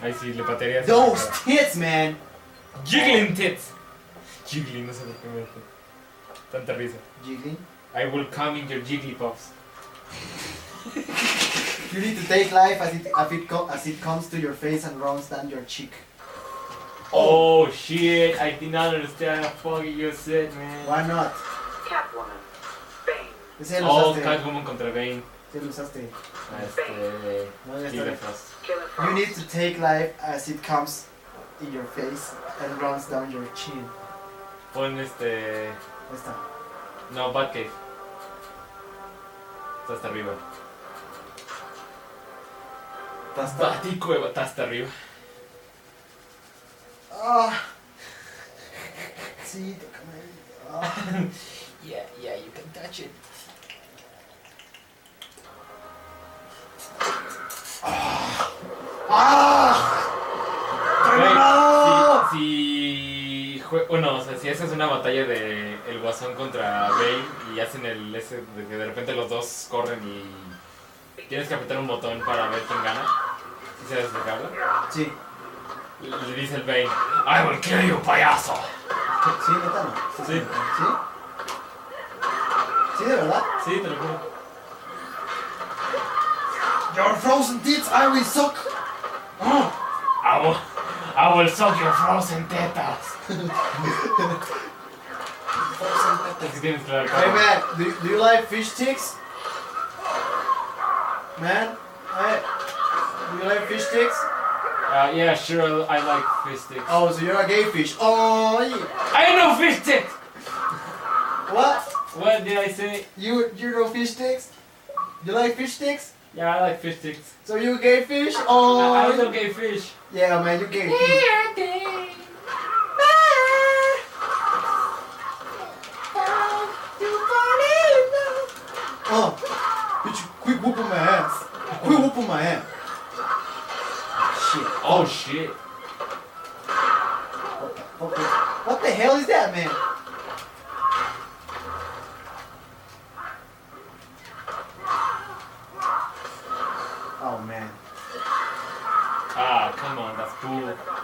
[SPEAKER 6] Ahí sí, le patearía. así.
[SPEAKER 9] Those tits, man.
[SPEAKER 6] Jiggling tits. Jiggling, no sé por qué me dejó. Tanta risa.
[SPEAKER 2] Jiggly.
[SPEAKER 6] I will come in your jigglypuffs.
[SPEAKER 2] You need to take life as it, as it, co- as it comes to your face and runs down your cheek.
[SPEAKER 6] Oh shit, I did not understand what fucking you said, man.
[SPEAKER 2] Why not?
[SPEAKER 1] Catwoman, Bane,
[SPEAKER 2] Ese lo
[SPEAKER 6] Oh,
[SPEAKER 2] usaste.
[SPEAKER 6] Catwoman contra Bane.
[SPEAKER 2] Ese lo usaste.
[SPEAKER 6] Este.
[SPEAKER 2] No, ya está
[SPEAKER 6] Killer
[SPEAKER 2] bien.
[SPEAKER 6] Frost.
[SPEAKER 1] Killer Frost,
[SPEAKER 2] You need to take life as it comes in your face and runs down your chin.
[SPEAKER 6] Pon este.
[SPEAKER 2] Ahí está.
[SPEAKER 6] No, Batcave. Está hasta arriba.
[SPEAKER 2] Basta.
[SPEAKER 6] Baticueva, está hasta arriba.
[SPEAKER 2] Ah. Sí, tócame. Ah.
[SPEAKER 10] Yeah, yeah, you can touch it.
[SPEAKER 2] Ah.
[SPEAKER 6] Güey,
[SPEAKER 2] ¡No!
[SPEAKER 6] Si, si jue- bueno, o sea, si esa es una batalla de el guasón contra Bane y hacen el ese de que de repente los dos corren y tienes que apretar un botón para ver quién gana. ¿Sí sabes de qué hablo?
[SPEAKER 2] Sí,
[SPEAKER 6] Le le dice el Bane, I will kill you, payaso.
[SPEAKER 2] sí, neta no.
[SPEAKER 6] Sí.
[SPEAKER 2] ¿Sí? ¿Sí, de verdad?
[SPEAKER 6] Sí, te lo juro.
[SPEAKER 2] Your frozen tits, I will suck.
[SPEAKER 6] I will, I will suck your frozen tetas. Así tienes que hablar,
[SPEAKER 2] Hey
[SPEAKER 6] cabrón.
[SPEAKER 2] man, do, do you like fish sticks? Man, I, do you like fish sticks?
[SPEAKER 6] Uh, yeah, sure, I like fish sticks.
[SPEAKER 2] Oh, so you're a gay fish. Oh, yeah.
[SPEAKER 6] I know fish sticks!
[SPEAKER 2] what?
[SPEAKER 6] What did I say?
[SPEAKER 2] You you know fish sticks? You like fish sticks?
[SPEAKER 6] Yeah, I like fish sticks.
[SPEAKER 2] So you gay fish?
[SPEAKER 6] I,
[SPEAKER 2] Oh,
[SPEAKER 6] I don't get fish.
[SPEAKER 2] yeah, man, you gay.
[SPEAKER 4] Here, day.
[SPEAKER 2] Oh, bitch, quit whooping my ass. Quit whooping my ass. Shit.
[SPEAKER 6] Oh shit.
[SPEAKER 2] Okay. What the hell is that, man? Oh man,
[SPEAKER 6] Ah, come on, that's bull.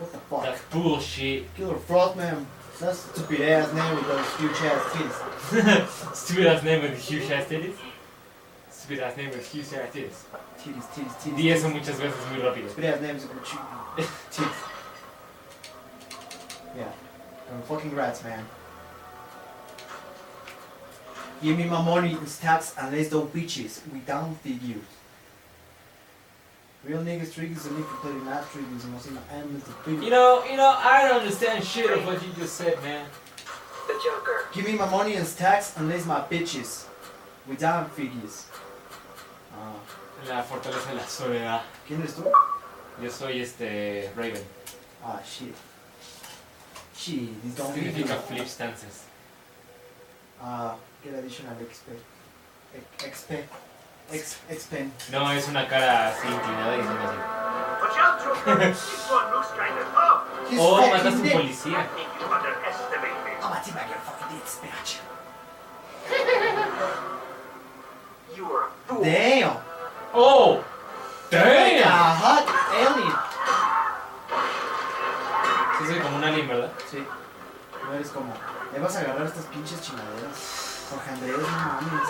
[SPEAKER 2] what the fuck?
[SPEAKER 6] That's bullshit.
[SPEAKER 2] Killer Frost, man. That's stupid ass name with those huge ass tits.
[SPEAKER 6] Stupid ass name with huge ass titties. Stupid ass name with huge ass titties.
[SPEAKER 2] Titties, titties, titties.
[SPEAKER 6] Di eso muchas veces muy rápido.
[SPEAKER 2] Stupid ass names with huge tits. Yeah, I'm fucking rats, man. Give me my money in stacks unless those bitches. We down figures. Real niggas triggers and if you play not triggers, you must see my animals to
[SPEAKER 6] You
[SPEAKER 2] figure.
[SPEAKER 6] know, you know, I don't understand shit of what you just said, man.
[SPEAKER 1] the Joker,
[SPEAKER 2] Give me my money in stacks unless my bitches. We down figures. Ah,
[SPEAKER 6] La fortaleza de la soledad.
[SPEAKER 2] ¿Quién eres tú?
[SPEAKER 6] Yo soy este. Raven.
[SPEAKER 2] Ah, shit. Shit, this don't be
[SPEAKER 6] Significa
[SPEAKER 2] good.
[SPEAKER 6] flip stances.
[SPEAKER 2] Ah, get additional XP. Ex- XP. Ex- XP.
[SPEAKER 6] No, es una cara así inclinada y haciendo así.
[SPEAKER 3] Watch out, Joker! this one looks kind of tough.
[SPEAKER 2] He's
[SPEAKER 6] Oh,
[SPEAKER 2] fucking
[SPEAKER 6] mataste a un
[SPEAKER 2] dead.
[SPEAKER 3] I
[SPEAKER 6] policía.
[SPEAKER 3] think you underestimate me.
[SPEAKER 2] I'm gonna take back your fucking dicks, bitch.
[SPEAKER 1] you were a fool.
[SPEAKER 2] Damn.
[SPEAKER 6] Oh!
[SPEAKER 2] Like a
[SPEAKER 6] ¡Damn!
[SPEAKER 2] hot alien.
[SPEAKER 6] Sí, soy como un alien, ¿verdad?
[SPEAKER 2] Sí. No eres como. Le vas a agarrar estas pinches chingaderas. Jorge Andrés, no mames.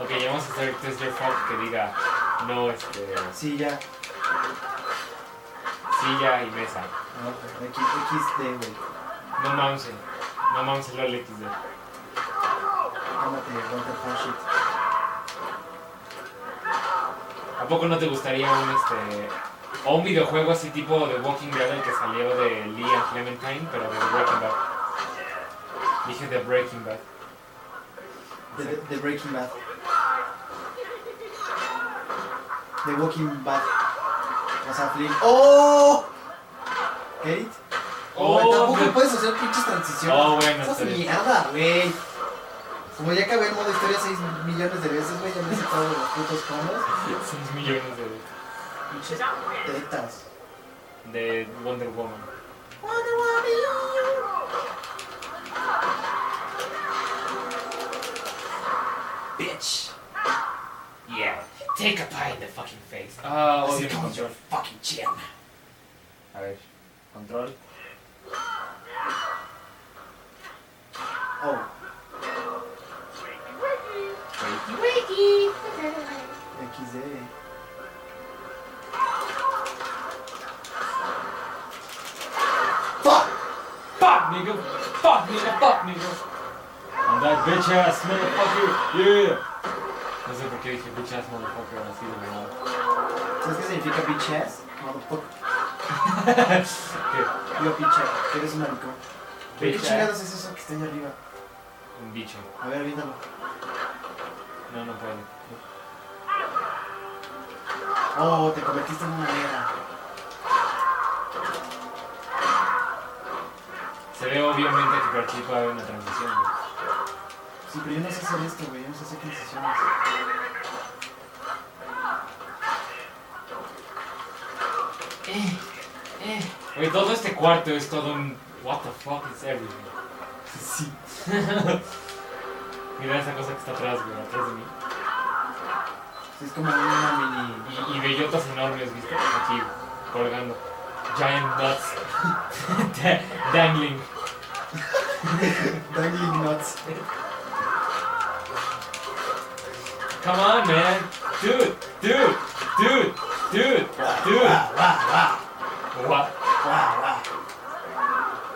[SPEAKER 6] Ok, ya vamos a hacer test your fault que diga no, este,
[SPEAKER 2] Sí, ya.
[SPEAKER 6] silla y mesa.
[SPEAKER 2] No, X, XD, güey.
[SPEAKER 6] No mountain. No mountain LOL XD.
[SPEAKER 2] Ámate, what the fuck shit.
[SPEAKER 6] ¿A poco no te gustaría un este. o un videojuego así tipo de Walking Dead el que salió de Lee and Clementine, pero de The Breaking Bad? Dije The Breaking Bad.
[SPEAKER 2] The, the, the Breaking Bad. The Walking Bad. O sea, Flynn. ¡Oh! ¿Get it?
[SPEAKER 6] Oh,
[SPEAKER 2] Güey, tampoco
[SPEAKER 6] the-
[SPEAKER 2] puedes hacer pinches transiciones.
[SPEAKER 6] Oh, bueno,
[SPEAKER 2] Estás
[SPEAKER 6] está bien.
[SPEAKER 2] mierda, güey. Como ya acabé el modo historia 6 millones de veces, güey, ya me he sacado de los putos combos.
[SPEAKER 6] 6 millones de,
[SPEAKER 2] Pinches tetas.
[SPEAKER 6] de Wonder Woman.
[SPEAKER 11] Take a pie in the fucking face.
[SPEAKER 1] Ah,
[SPEAKER 11] Así
[SPEAKER 1] odio mi
[SPEAKER 11] como your
[SPEAKER 1] control.
[SPEAKER 11] fucking chin.
[SPEAKER 1] A ver, control.
[SPEAKER 6] Oh,
[SPEAKER 4] Wiki.
[SPEAKER 6] XD.
[SPEAKER 1] Fuck, nigga. Fuck, nigga. Fuck, nigga. And that bitch ass motherfucker. Yeah. No sé por qué dije bitch ass motherfucker así de verdad.
[SPEAKER 6] ¿Sabes qué significa bitch ass? Motherfucker. Yo bitch ass. Eres un maricón. ¿Qué
[SPEAKER 1] Bitch ass.
[SPEAKER 6] chingados es eso que está ahí arriba?
[SPEAKER 1] Un bicho.
[SPEAKER 6] A ver, aviéntalo.
[SPEAKER 1] No, no puede.
[SPEAKER 6] Oh, te convertiste en una negra.
[SPEAKER 1] Se ve obviamente que participa en la transmisión. güey.
[SPEAKER 6] Sí, pero yo no sé hacer esto, güey. Yo no sé hacer transiciones.
[SPEAKER 1] Güey, todo este cuarto es todo un. What the fuck is everything? Sí. Mira esa cosa que está atrás, güey, atrás de mí.
[SPEAKER 6] Sí, es como una mini...
[SPEAKER 1] Y, y bellotas enormes, viste, aquí colgando. Giant nuts. Da- Dangling.
[SPEAKER 6] Dangling nuts.
[SPEAKER 1] Come on, man. Dude, dude, dude, dude, dude. What?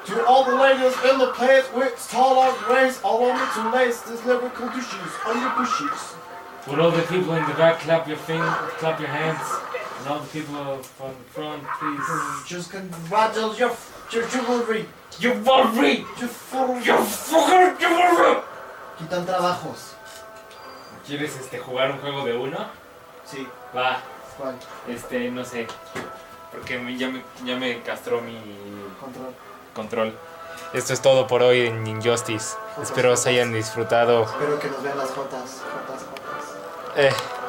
[SPEAKER 2] To all the ladies in the place with tall and race, all on to lace this never conditions on your bushes.
[SPEAKER 1] Would all the people in the back clap your fing clap your hands? And all the people from the front, please.
[SPEAKER 2] Just congratulate your your jewelry,
[SPEAKER 1] You worry!
[SPEAKER 2] your full
[SPEAKER 1] You fucker! You worry!
[SPEAKER 6] Quitan trabajos.
[SPEAKER 1] ¿Quieres este, jugar un juego de uno?
[SPEAKER 6] Sí.
[SPEAKER 1] Va,
[SPEAKER 6] ¿Cuál?
[SPEAKER 1] este, no sé. Porque me- ya me, ya me castró mi
[SPEAKER 6] Control.
[SPEAKER 1] control. Esto es todo por hoy en Injustice. Espero os hayan disfrutado.
[SPEAKER 6] Espero que nos vean las jotas. Jotas, jotas.
[SPEAKER 1] Eh,